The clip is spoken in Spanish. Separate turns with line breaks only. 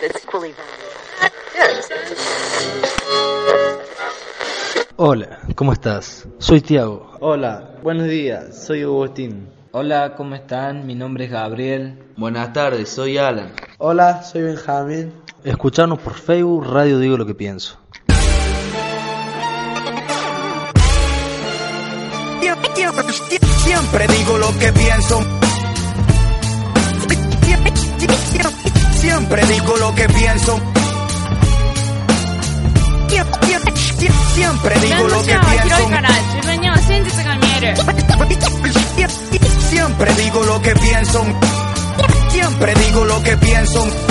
that's equally valuable. Yes.
Hola, ¿cómo estás? Soy Tiago.
Hola, buenos días, soy Agustín.
Hola, ¿cómo están? Mi nombre es Gabriel.
Buenas tardes, soy Alan.
Hola, soy Benjamín.
Escucharnos por Facebook, Radio Digo Lo que Pienso.
Siempre digo lo que pienso. Siempre digo lo que pienso. Siempre digo lo que pienso. Siempre digo lo que pienso. Siempre digo lo que pienso.